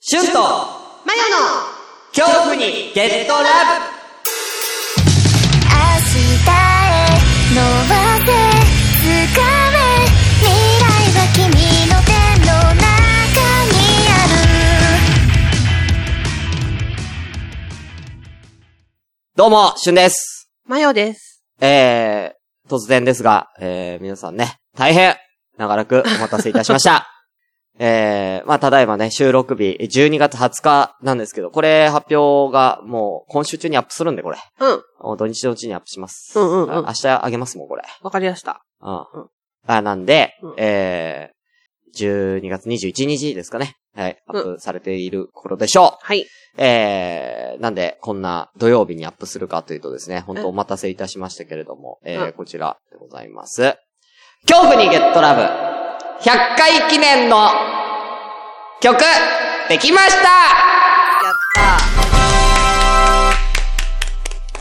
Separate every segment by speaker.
Speaker 1: シュンと
Speaker 2: マヨの
Speaker 1: 恐怖にゲットラブ
Speaker 3: 明日へ伸ばせ掴め未来は君の手の中に
Speaker 1: どうも、シュンです。
Speaker 2: マヨです。
Speaker 1: えー、突然ですが、えー、皆さんね、大変長らくお待たせいたしました。 えー、まあ、ただいまね、収録日、12月20日なんですけど、これ発表がもう今週中にアップするんで、これ。
Speaker 2: うん。
Speaker 1: お土日のうちにアップします。
Speaker 2: うんうんうん
Speaker 1: あ明日あげますもん、これ。
Speaker 2: わかりました。
Speaker 1: うん。
Speaker 2: うん
Speaker 1: あ、なんで、
Speaker 2: うん
Speaker 1: えー、12月21日ですかね。はい。ア
Speaker 2: う
Speaker 1: ップされている頃でしょう。
Speaker 2: はい。
Speaker 1: えー、なんで、こんな土曜日にアップするかというとですね、本
Speaker 2: うん
Speaker 1: 当お待たせいたしましたけれども、え
Speaker 2: う
Speaker 1: ー、
Speaker 2: ん
Speaker 1: こちらでございます。恐怖にゲットラブ !100 回記念の曲できました
Speaker 2: やっ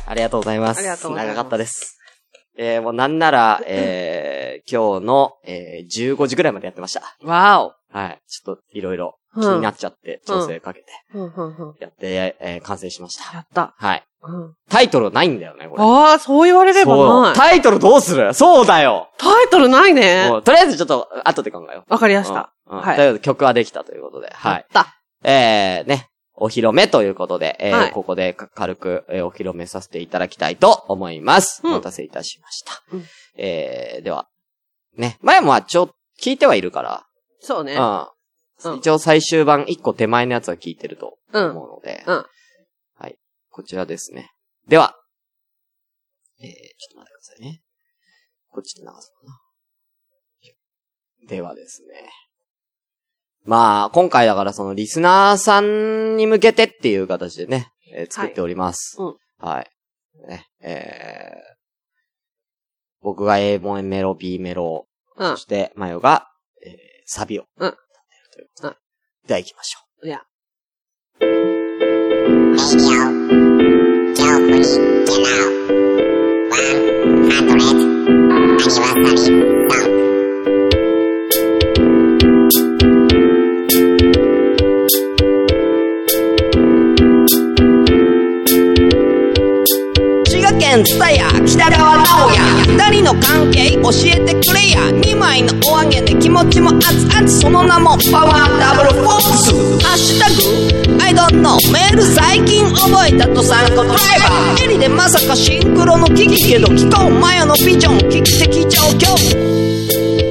Speaker 2: た
Speaker 1: ありがとうございます。
Speaker 2: ありがとうございます
Speaker 1: 長かったです。えー、もうなんなら、えー、今日の、えー、15時ぐらいまでやってました。
Speaker 2: ー。わ
Speaker 1: はい。ちょっと、いろいろ気
Speaker 2: うん
Speaker 1: になっちゃって、調整かけて、
Speaker 2: お。うんうんうん。
Speaker 1: やって、えー完成しました。
Speaker 2: やった。
Speaker 1: はい。
Speaker 2: うん。
Speaker 1: タイトルないんだよね、これ。
Speaker 2: ああ、そう言われれば
Speaker 1: そ
Speaker 2: な
Speaker 1: う
Speaker 2: い。
Speaker 1: タイトルどうするそうだよ
Speaker 2: タイトルないね
Speaker 1: も。うとりあえずちょっと、後で考えよう。
Speaker 2: わかり
Speaker 1: 出
Speaker 2: ました。。
Speaker 1: うん
Speaker 2: はい
Speaker 1: とりあえず曲はできたということで、は
Speaker 2: やっ
Speaker 1: い。
Speaker 2: た。
Speaker 1: えー、ね。お披露目ということで、えー
Speaker 2: はい
Speaker 1: ここでか軽く、えーお披露目させていただきたいと思います。
Speaker 2: うん
Speaker 1: お待たせいたしました。
Speaker 2: うん
Speaker 1: えー、では、ね。前もはちょ、聞いてはいるから、
Speaker 2: そうね。
Speaker 1: う。
Speaker 2: うんん
Speaker 1: 一応最終版一個手前のやつは聞いてると思うので。
Speaker 2: うんうん
Speaker 1: はい。こちらですね。では。えー、ちょっと待ってくださいね。こっちで流そうかな。ではですね。まあ、今回だからそのリスナーさんに向けてっていう形でね、えー作っております。
Speaker 2: うん
Speaker 1: はい。ね、えー、僕が A もメロ、B メロ、
Speaker 2: うん
Speaker 1: そし。て、マヨが、えーサビを。
Speaker 2: うん
Speaker 1: 立てるということで
Speaker 2: うん
Speaker 1: では行きましょ
Speaker 2: いや。
Speaker 1: う。滋賀県津田屋、北川直也。二人の関係教えてくれや。二枚のお揚げで気持ちも熱々。その名もパワーダブルフォックス。ハッシュタグ、I don't know。メール最近覚えたとさんとドライバー。エリでまさかシンクロの危機けど聞こう。マヨのビジョン、聞き的状況。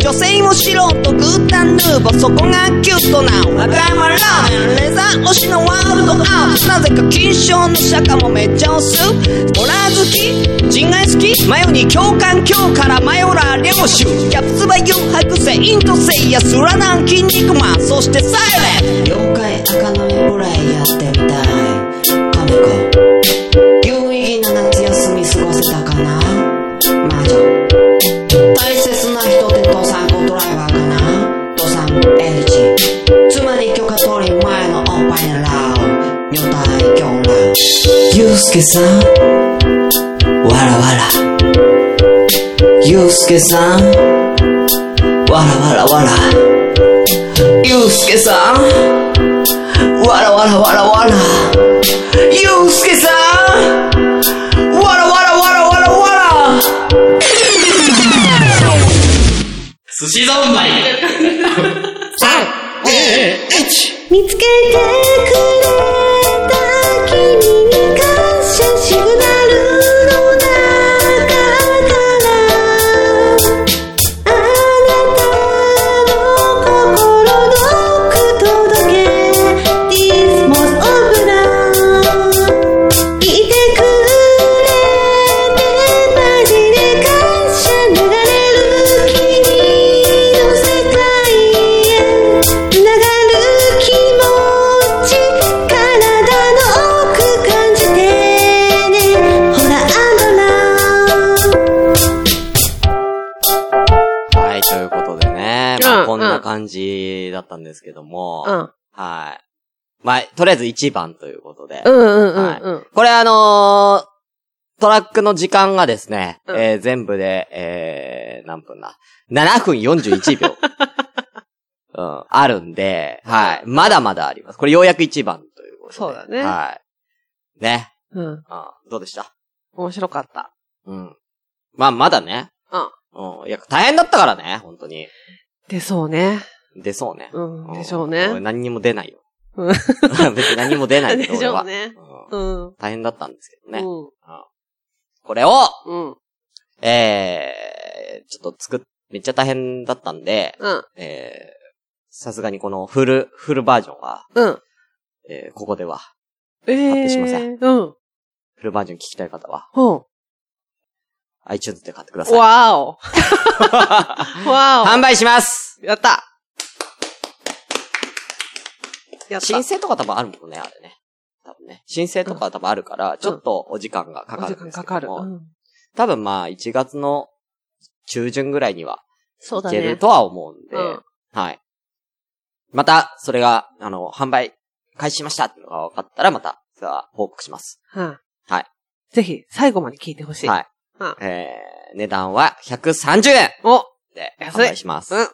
Speaker 1: 女性を知ろうとグータンヌーボーそこがキュートな和歌山ラーメンレザー推しのワールドアートなぜか金賞の釈迦もめっちゃ押すホラー好き人外好きマヨに共感今日からマヨラー領主キャプツバ誘白星イントセイヤスラナン筋肉マンそしてサイレン
Speaker 4: 妖怪赤のりぐらいやってみたいカメ子有意義な夏休み過ごせたかな魔女大切な人でドサンコドライバーかなドサンエリチつまり許可取り前のオーパイナラウ女体狂乱ユうスケさんわらわらユうスケさんわらわらわらゆうすけさんわらわらわらわらゆうすけさんわらわらわらわらわら
Speaker 5: 寿司三昧
Speaker 3: ある見つけてくれた君に感謝シグナルの中からあなたの心のく届け This m o s of love いてくれてマジで感謝流れる君の世界へ繋がる気持ち体の奥感じてねほらあのラ
Speaker 1: はい、ということでね
Speaker 2: まあうんこんな
Speaker 1: 感じだったんですけども
Speaker 2: うん。
Speaker 1: はい。まあ、とりあえず1番ということで
Speaker 2: うんうんうん
Speaker 1: は
Speaker 2: うん。
Speaker 1: これあのトラックの時間がですね、
Speaker 2: うん
Speaker 1: えー全部で、えー、何分だ ?7 分41秒。 うん、あるんで、はい。まだまだあります。これようやく一番ということで。
Speaker 2: そうだね
Speaker 1: はい。ね。
Speaker 2: うん。
Speaker 1: うん、どうでした
Speaker 2: 面白かった。
Speaker 1: うん。まあ、まだね。うん。いや、大変だったからね、本当に。
Speaker 2: でそうね。
Speaker 1: 出そうね。
Speaker 2: うん。
Speaker 1: ん
Speaker 2: でしょう
Speaker 1: 俺
Speaker 2: ね。
Speaker 1: 何にも出ないよ。
Speaker 2: う ん
Speaker 1: 別に何も出ないけ
Speaker 2: で
Speaker 1: ど、
Speaker 2: し
Speaker 1: 俺
Speaker 2: ょ
Speaker 1: は
Speaker 2: う。ね。
Speaker 1: うん
Speaker 2: うん。
Speaker 1: 大変だったんですけどね。
Speaker 2: うん
Speaker 1: これを、
Speaker 2: うん。
Speaker 1: えー、ちょっと作っ、めっちゃ大変だったんで、
Speaker 2: うん。
Speaker 1: えー、さすがにこのフル、フルバージョンは、
Speaker 2: うん。
Speaker 1: えー、ここでは、
Speaker 2: ええ。
Speaker 1: ってしません
Speaker 2: うん。
Speaker 1: フルバージョン聞きたい方は、
Speaker 2: ほ
Speaker 1: iTunes で買ってくだ
Speaker 2: う。
Speaker 1: さい。
Speaker 2: わ ーお。わー
Speaker 1: 販売します
Speaker 2: お。やった。やった
Speaker 1: 申。請とか多分あるもんね、あれね。多分ね。申請とか多分あるから、ちょっとお時間がか
Speaker 2: お
Speaker 1: か
Speaker 2: 時
Speaker 1: るん
Speaker 2: 間
Speaker 1: です
Speaker 2: か
Speaker 1: けども。
Speaker 2: かる。うん
Speaker 1: 多分まあ、1月の中旬ぐらいには、
Speaker 2: そう
Speaker 1: い
Speaker 2: だ
Speaker 1: ける
Speaker 2: ね。
Speaker 1: とは思うんで、
Speaker 2: うん
Speaker 1: はい。また、それが、あの、販売、開始しましたっていうのが分かったら、また、それは報告します。
Speaker 2: は
Speaker 1: はい。
Speaker 2: い。ぜひ、最後まで聞いてほしい。
Speaker 1: はい。
Speaker 2: うん
Speaker 1: えー、値段は130円
Speaker 2: お
Speaker 1: で販
Speaker 2: 安い
Speaker 1: 売します。
Speaker 2: うん
Speaker 1: う。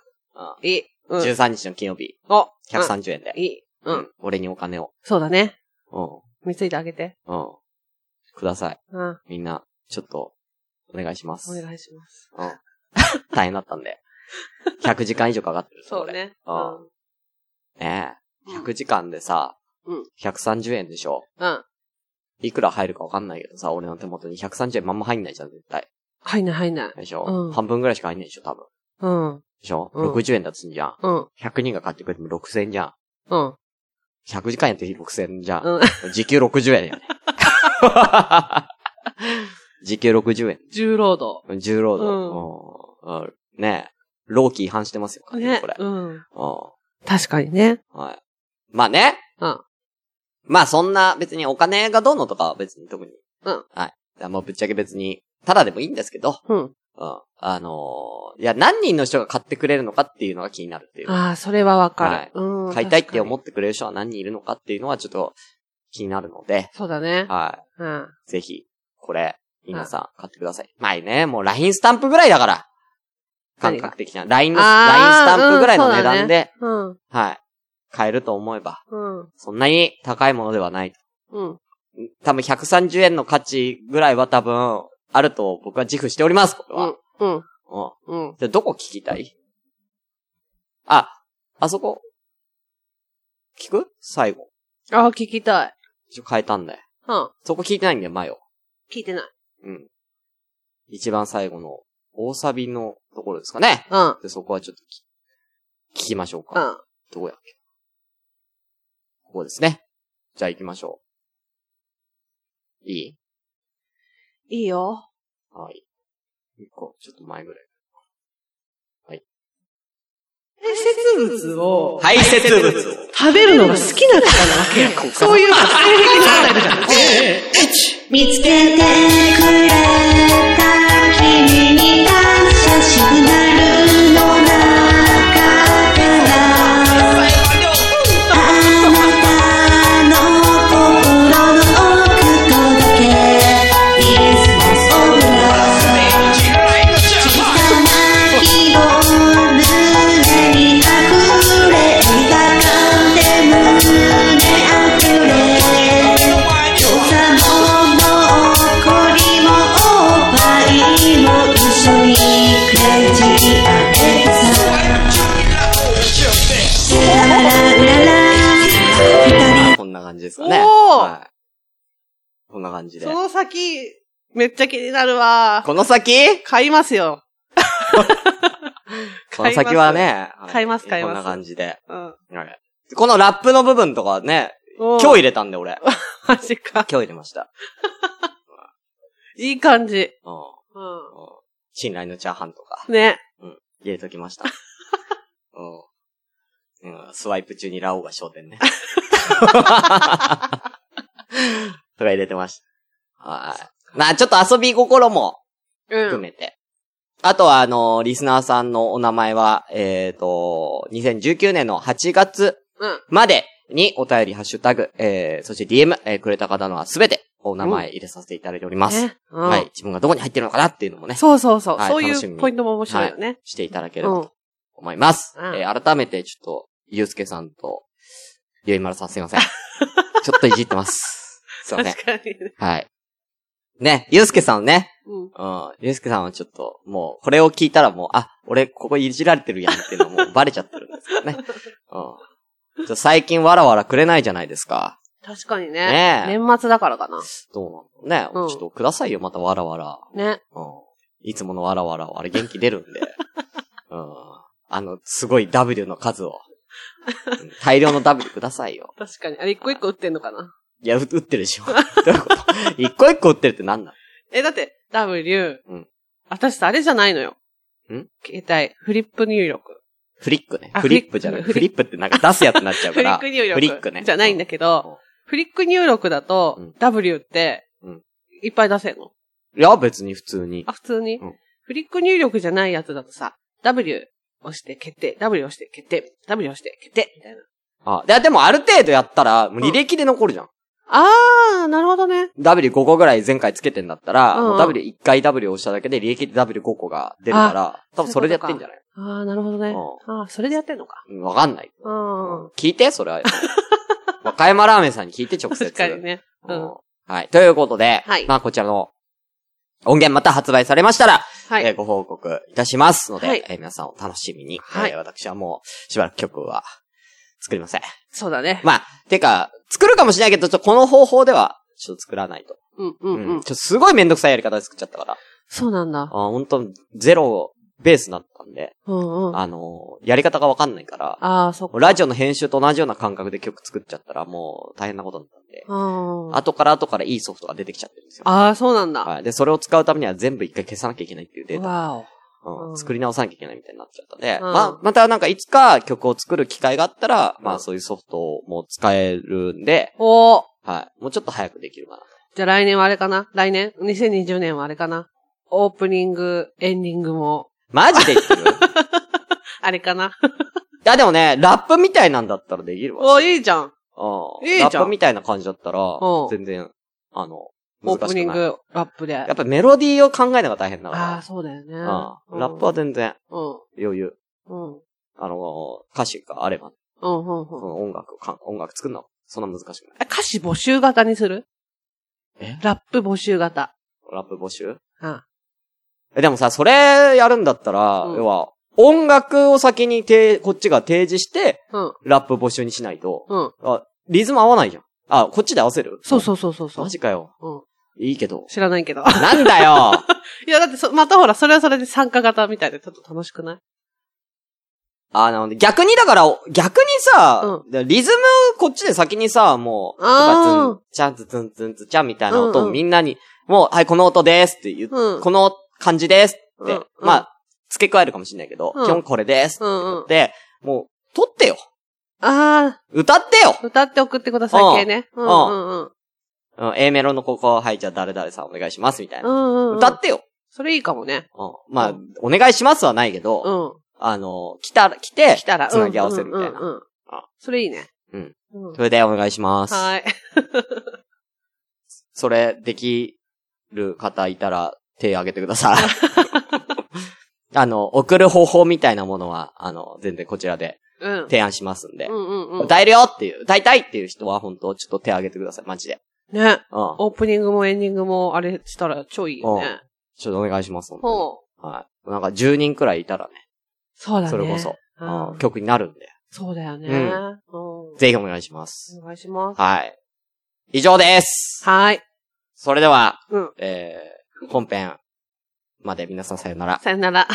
Speaker 2: いい。うんん。
Speaker 1: 13日の金曜日、
Speaker 2: お
Speaker 1: 130円で。
Speaker 2: いい。うん。
Speaker 1: 俺にお金を。
Speaker 2: そうだね。
Speaker 1: う
Speaker 2: 見ついてあげて。
Speaker 1: ん。うん。ください。
Speaker 2: うん。
Speaker 1: みんな、ちょっと、お願いします。
Speaker 2: お願いします。
Speaker 1: うん。大変だったんで。100時間以上かかってる。
Speaker 2: そう。ね。
Speaker 1: うん
Speaker 2: う
Speaker 1: ねえ。100時間でさ、
Speaker 2: うん
Speaker 1: 130円でしょ
Speaker 2: ん。うん。
Speaker 1: いくら入るかわかんないけどさ、俺の手元に130円まんま入んないじゃん、絶対。
Speaker 2: 入んない入んない。
Speaker 1: でしょ、
Speaker 2: うん
Speaker 1: 半分ぐらいしか入んないでしょ、多分。
Speaker 2: うん。
Speaker 1: でしょ、
Speaker 2: うん
Speaker 1: ?60 円だとすんじゃん。
Speaker 2: うん。
Speaker 1: 100人が買ってくれても6000円じゃん。
Speaker 2: うん。
Speaker 1: 100時間やって6000円じゃん。
Speaker 2: うん。
Speaker 1: 時給60円やね。 時給60円。
Speaker 2: 重労働。
Speaker 1: 重労働。うんねえ。労基違反してますよ、完全に
Speaker 2: ね
Speaker 1: これ。。
Speaker 2: うん。
Speaker 1: う
Speaker 2: 確かにね。
Speaker 1: ん。はい。まあね。
Speaker 2: うん。
Speaker 1: まあそんな別にお金がどうのとかは別に特に。
Speaker 2: うん。
Speaker 1: はい。もうぶっちゃけ別に、ただでもいいんですけど。
Speaker 2: うん。
Speaker 1: うん。あのーいや、何人の人が買ってくれるのかっていうのが気になるっていう。
Speaker 2: ああ、それはわかる。うん。
Speaker 1: 買いたいって思
Speaker 2: っ
Speaker 1: ってくれる人は何人いるのかっていうのはちょっと気になるので、
Speaker 2: そうだね。
Speaker 1: は
Speaker 2: うん。
Speaker 1: い。ぜひ、これ、皆さん買ってください。まあね、もう LINE スタンプぐらいだから。感
Speaker 2: 何が
Speaker 1: 覚的な。LINE の、LINE ス
Speaker 2: あ
Speaker 1: タ
Speaker 2: ー
Speaker 1: ンプぐらいの
Speaker 2: うんそ
Speaker 1: 値
Speaker 2: うだね
Speaker 1: 段で、
Speaker 2: うん。
Speaker 1: はい。買えると思えば、
Speaker 2: うん。
Speaker 1: そんなに高いものではない。
Speaker 2: うん。
Speaker 1: 多分130円の価値ぐらいは多分、あると僕は自負しております、これ
Speaker 2: う
Speaker 1: は。
Speaker 2: ん。う
Speaker 1: う
Speaker 2: ん。
Speaker 1: ん
Speaker 2: うん。
Speaker 1: じゃあ、どこ聞きたいあ、あそこ。聞く最後。
Speaker 2: ああ、聞きたい。
Speaker 1: 一応変えたんだよ。
Speaker 2: うん。
Speaker 1: そこ聞いてないんだよ、前を。
Speaker 2: 聞いてない。
Speaker 1: うん。一番最後の、大サビのところですかね。
Speaker 2: うん。
Speaker 1: で、そこはちょっとき聞きましょう
Speaker 2: う
Speaker 1: か。
Speaker 2: ん。
Speaker 1: どこやっけここですね。じゃあ行きましょう。いい
Speaker 2: いいよ。
Speaker 1: はい。一個、ちょっと前ぐらい。
Speaker 2: 排泄物を
Speaker 1: 排泄物を。
Speaker 2: 食べるのが好きな方なわけよ。 そういう発生的なタイプじゃん。
Speaker 3: 見つけてくれた君に感謝シグナルの中からあなたの心の奥届け Christmas of love 小さな希望胸に溢れ抱かって胸溢れ「調査もも怒りもおっぱいも一緒にクレジあげてさ」「ラララララ
Speaker 1: こんな感じですかね。
Speaker 2: おー
Speaker 1: はい、こんな感じで
Speaker 2: そ。の先、めっちゃ気になるわ。
Speaker 1: この先
Speaker 2: 買いますよ。
Speaker 1: この先はね。
Speaker 2: 買います
Speaker 1: は
Speaker 2: 買います
Speaker 1: こんな感じで。
Speaker 2: うん。
Speaker 1: はいこのラップの部分とかね、
Speaker 2: 今
Speaker 1: 今日入れたんで 俺。
Speaker 2: マジか。
Speaker 1: 今日入れました。
Speaker 2: いい感じ。
Speaker 1: うん。うん
Speaker 2: う
Speaker 1: 信頼のチャーハンとか
Speaker 2: ん。ね。
Speaker 1: 入れときま した。うん。うんスワイプ中にラオウが焦点 ね。とか入れてました。はい。まあちょっと遊び心も
Speaker 2: う
Speaker 1: 含
Speaker 2: ん。
Speaker 1: めて。あとは、あの、リスナーさんのお名前は、えっ、と、2019年の8月
Speaker 2: うん。
Speaker 1: までにお便り、ハッシュタグ、えー、そして DM、えーくれた方のはすべてお名前入れさせていただいております。
Speaker 2: ね。うん
Speaker 1: はい。。自分がどこに入ってるのかなっていうのもね、
Speaker 2: そうそうそう。
Speaker 1: はい
Speaker 2: そう
Speaker 1: 楽し
Speaker 2: い
Speaker 1: み
Speaker 2: う
Speaker 1: に
Speaker 2: ポイントも面白いよね。
Speaker 1: していただけれ
Speaker 2: う
Speaker 1: ば
Speaker 2: ん
Speaker 1: と。思います。
Speaker 2: うん
Speaker 1: えー改めてちょっと、ゆうすけさんと、ゆいまるさんすいません。 ちょっといじって ます。すいません。
Speaker 2: 確かにね。
Speaker 1: はい。ね、ゆうすけさんね。
Speaker 2: うん。
Speaker 1: うん。ゆうすけさんはちょっと、もう、これを聞いたらもう、あ、俺、ここいじられてるやんっていうのもうバレちゃってるんですけど ね。うん。ちょ最近わらわらくれないじゃないですか。
Speaker 2: 確かに
Speaker 1: ね
Speaker 2: ね。
Speaker 1: え
Speaker 2: 年末だからかな。
Speaker 1: どうなのね、
Speaker 2: うん
Speaker 1: ちょっとくださいよ、またわらわら。
Speaker 2: ね。
Speaker 1: うん。いつものわらわらを、あれ元気出る んで。うん。あの、すごい W の数を。うん大量の W くださいよ。
Speaker 2: 確かに。あれ、一個一個売ってんのかな。
Speaker 1: いや、う打ってるで しょ。どういうこと一個一個打ってるってなんなの
Speaker 2: え、だって、W。
Speaker 1: うん
Speaker 2: 私さ、あれじゃないのよ。
Speaker 1: ん
Speaker 2: 携帯。フリップ入力。
Speaker 1: フリックね。
Speaker 2: あ
Speaker 1: フリップじゃない。フ
Speaker 2: フ
Speaker 1: リ
Speaker 2: リ
Speaker 1: ップってなんか出すやつになっちゃうか
Speaker 2: フリッ
Speaker 1: ら。
Speaker 2: ク入力。
Speaker 1: フリックね。
Speaker 2: じゃないんだけど、フリック入力だと、
Speaker 1: うん
Speaker 2: W って、
Speaker 1: うん
Speaker 2: いっぱい出せんの。
Speaker 1: いや、別に普通に
Speaker 2: あ、。普通に、
Speaker 1: うん
Speaker 2: フリック入力じゃないやつだとさ、W 押して決定、W 押して決定、W 押して決定、みたいな。
Speaker 1: あ、ででもある程度やったら、もう履歴で残るじゃん。
Speaker 2: あー、なるほどね。
Speaker 1: W5 個ぐらい前回つけてんだったら、
Speaker 2: うんう
Speaker 1: も
Speaker 2: ん
Speaker 1: う W1 回 W を押しただけで履歴で W5 個が出るから、多分それでやってんじゃない
Speaker 2: あー、なるほどね。
Speaker 1: う
Speaker 2: あー、それでやってんのか。
Speaker 1: うんわかんない。
Speaker 2: うん。
Speaker 1: 聞いて、それ は。和歌山ラーメンさんに聞いて、直接。
Speaker 2: 確かにね。う
Speaker 1: うんん。はい。ということで、
Speaker 2: はい
Speaker 1: まあ、こちらの音源また発売されましたら、
Speaker 2: は
Speaker 1: えー
Speaker 2: い。
Speaker 1: ご報告いたしますので、
Speaker 2: はい
Speaker 1: えー皆さんお楽しみに。
Speaker 2: はい
Speaker 1: えー私はもう、しばらく曲は作りません。
Speaker 2: そうだね。
Speaker 1: まあ、てか、作るかもしれないけど、ちょっとこの方法では、ちょっと作らないと。
Speaker 2: うんう
Speaker 1: うん
Speaker 2: うん。
Speaker 1: ちょっとすごいめんどくさいやり方で作っちゃったから。
Speaker 2: そうなん
Speaker 1: あ
Speaker 2: だ。
Speaker 1: 本当ゼロベースになったんで、
Speaker 2: うんうん。
Speaker 1: あのーやり方がわかんないから、
Speaker 2: あー、そっか。
Speaker 1: ラジオの編集と同じような感覚で曲作っちゃったらもう大変なことになったんで、
Speaker 2: うん。
Speaker 1: 後から後からいいソフトが出てきちゃってるんですよ。
Speaker 2: あー、そうなんだ。
Speaker 1: はい。で、それを使うためには全部一回消さなきゃいけないっていうデータ。
Speaker 2: わお。
Speaker 1: うん
Speaker 2: うん
Speaker 1: 作り直さなきゃいけないみたいになっちゃったんで、
Speaker 2: うん
Speaker 1: まあ、またなんかいつか曲を作る機会があったら、ま
Speaker 2: う
Speaker 1: あ
Speaker 2: ん
Speaker 1: そういうソフトも使えるんで、
Speaker 2: おー。
Speaker 1: はい。もうちょっと早くできるかな。
Speaker 2: じゃあ来年はあれかな来年 ?2020 年はあれかなオープニング、エンディングも、
Speaker 1: マジで言 ってるい
Speaker 2: あれかな
Speaker 1: やでもね、ラップみたいなんだったらできるわ。
Speaker 2: お、いいじゃん。
Speaker 1: うん
Speaker 2: いいじゃ
Speaker 1: ラ
Speaker 2: ん
Speaker 1: ップみたいな感じだったら
Speaker 2: うん、
Speaker 1: 全然、あの、
Speaker 2: オ
Speaker 1: 難しく
Speaker 2: ー
Speaker 1: ない。
Speaker 2: プニング、ラップで。
Speaker 1: やっぱりメロディーを考えるのが大変だから。
Speaker 2: ああ、そうだよね。
Speaker 1: う。
Speaker 2: うんん
Speaker 1: ラップは全然
Speaker 2: うん。
Speaker 1: 余裕。
Speaker 2: うん。
Speaker 1: あのー歌詞があれば、
Speaker 2: うん、うん、
Speaker 1: そ
Speaker 2: うん。
Speaker 1: の音楽をかん、音楽作るのはそんな難しくない。
Speaker 2: え歌詞募集型にする
Speaker 1: え
Speaker 2: ラップ募集型。
Speaker 1: ラップ募集
Speaker 2: うん。
Speaker 1: えでもさ、それやるんだったら、
Speaker 2: うん
Speaker 1: 要は、音楽を先にて、こっちが提示して、
Speaker 2: うん。
Speaker 1: ラップ募集にしないと、
Speaker 2: うん。
Speaker 1: あ、リズム合わないじゃん。あ、こっちで合わせる
Speaker 2: そうそうそうそうそう
Speaker 1: マ。ジかよ。
Speaker 2: うん。
Speaker 1: いいけど。
Speaker 2: 知らないけど。
Speaker 1: なんだよ
Speaker 2: いや、だってそ、またほら、それはそれで参加型みたいでちょっと楽しくない
Speaker 1: あの、逆にだから、逆にさ、リズムこっちで先にさ、もう、と
Speaker 2: あー
Speaker 1: か、ツン、チャンツツンツンツチャンみたいな音
Speaker 2: う
Speaker 1: を
Speaker 2: んうん
Speaker 1: みんなに、もう、はい、この音ですって言う、
Speaker 2: うん
Speaker 1: この感じですっ
Speaker 2: う
Speaker 1: て
Speaker 2: ん、うん
Speaker 1: まあ、付け加えるかもしれないけど、
Speaker 2: うん
Speaker 1: 基本これですって言って、もう、撮ってよ
Speaker 2: あ
Speaker 1: 歌ってよ
Speaker 2: あ、歌って送ってくださ
Speaker 1: うん
Speaker 2: い系ね。うんうんうん。
Speaker 1: うん、A メロのここ、はい、じゃあ誰々さんお願いします、みたいな。
Speaker 2: うんうんうん。
Speaker 1: 歌ってよ。
Speaker 2: それいいかもね。
Speaker 1: うん、まあ、
Speaker 2: う
Speaker 1: お願いしますはないけど、
Speaker 2: うん。
Speaker 1: あの、来たら、来て、
Speaker 2: 来たら、
Speaker 1: つなぎ合わせるみたいな。
Speaker 2: うんうんうんうん
Speaker 1: あ
Speaker 2: それいいね。
Speaker 1: うん
Speaker 2: うん。
Speaker 1: それでお願いします。
Speaker 2: はい。
Speaker 1: それ、できる方いたら、手挙げてください。 あの、送る方法みたいなものは、あの、全然こちら で
Speaker 2: うん。
Speaker 1: 提案しますんで。
Speaker 2: うんうんうん。
Speaker 1: 歌えるよっていう、歌いたいっていう人は、本当ちょっと手挙げてください、マジで。
Speaker 2: ね。
Speaker 1: うん。
Speaker 2: オープニングもエンディングもあれしたら超いいよね。
Speaker 1: ちょっとお願いします、本当
Speaker 2: ほう。
Speaker 1: にはい。なんか10人くらいいたらね、
Speaker 2: そうだね。
Speaker 1: それこそ、
Speaker 2: うん
Speaker 1: うん曲になるんで、
Speaker 2: そうだよね。
Speaker 1: う
Speaker 2: うん
Speaker 1: ん。
Speaker 2: お
Speaker 1: ぜひお願いします。
Speaker 2: 願いします。
Speaker 1: はい。以上です。
Speaker 2: はい。
Speaker 1: それでは、
Speaker 2: うん
Speaker 1: えー、本編まで皆さんさようなら。
Speaker 2: さよなら。